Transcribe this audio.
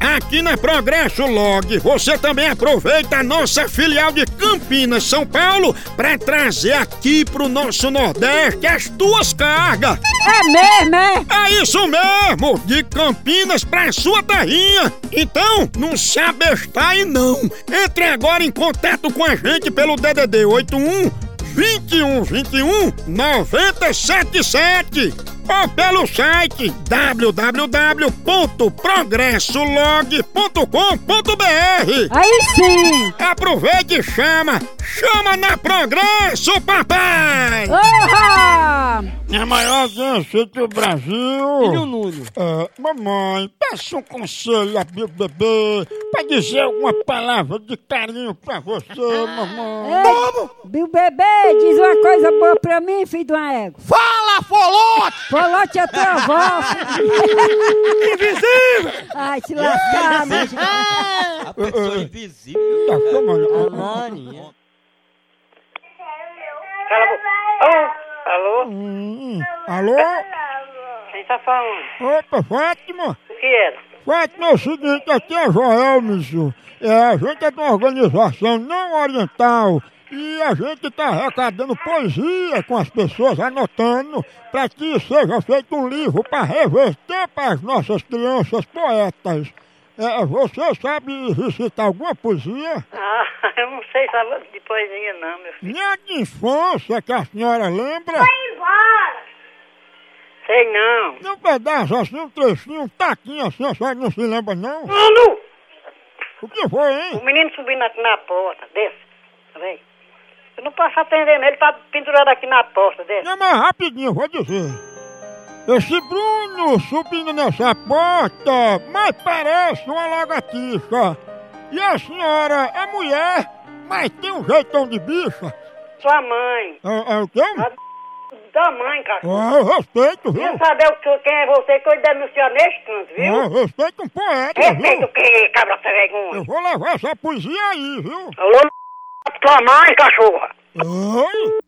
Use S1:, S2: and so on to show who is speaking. S1: Aqui na Progresso Log, você também aproveita a nossa filial de Campinas, São Paulo, para trazer aqui pro nosso Nordeste as tuas cargas.
S2: É mesmo, é?
S1: É isso mesmo, de Campinas pra sua terrinha. Então, não se abestai não. Entre agora em contato com a gente pelo DDD 81 21 21 977 ou pelo site www.progressolog.com.br.
S2: Aí sim!
S1: Aproveite e chama! Chama na Progresso, papai!
S2: Porra!
S1: É a maior agência do
S3: Filho
S1: Brasil.
S3: Nuno.
S1: Ah, mamãe, peça um conselho a meu bebê pra dizer alguma palavra de carinho pra você, mamãe.
S2: Ei, o É. bebê, diz uma coisa boa pra mim, filho de uma égua.
S3: Fala, Folote!
S2: Colote a tua avó.
S1: Invisível!
S2: Ai, se lascar, meu
S3: A pessoa invisível.
S1: Tá chamando.
S3: Maria.
S4: Cala a boca. Ô, alô?
S1: Hum, alô?
S4: Quem tá falando?
S1: Opa, Fátima!
S4: O que era?
S1: Fátima, é o seguinte, aqui é Joel, Mizu. É, a gente é de uma organização não oriental e a gente está arrecadando poesia com as pessoas, anotando, para que seja feito um livro para reverter para as nossas crianças poetas. É, você sabe recitar alguma poesia?
S4: Ah, eu não sei falar de poesia não, meu filho.
S1: Nem a de infância que a senhora lembra?
S4: embora! Sei não.
S1: Num pedaço assim, um trechinho, um taquinho assim, a senhora não se lembra não?
S4: Mano!
S1: O que foi, hein?
S4: O menino subindo aqui na porta, desce. Tá bem? Eu não posso atender, não. Ele tá pendurado aqui na porta, desce.
S1: Não, mas É rapidinho, vou dizer. Esse Bruno subindo nessa porta, mas parece uma lagartixa. E a senhora é mulher, mas tem um jeitão de bicha.
S4: Sua mãe.
S1: É, é o quê?
S4: A da mãe, cara.
S1: Ah, eu respeito,
S4: Não
S1: viu?
S4: saber o que- quem é você que eu denuncio neste canto, viu?
S1: Ah, eu respeito um poeta,
S4: Respeita
S1: viu?
S4: o que, cabra
S1: Eu
S4: vergonha?
S1: vou levar essa poesia aí, viu?
S4: Alô, tua mãe, cachorra!
S1: Oi?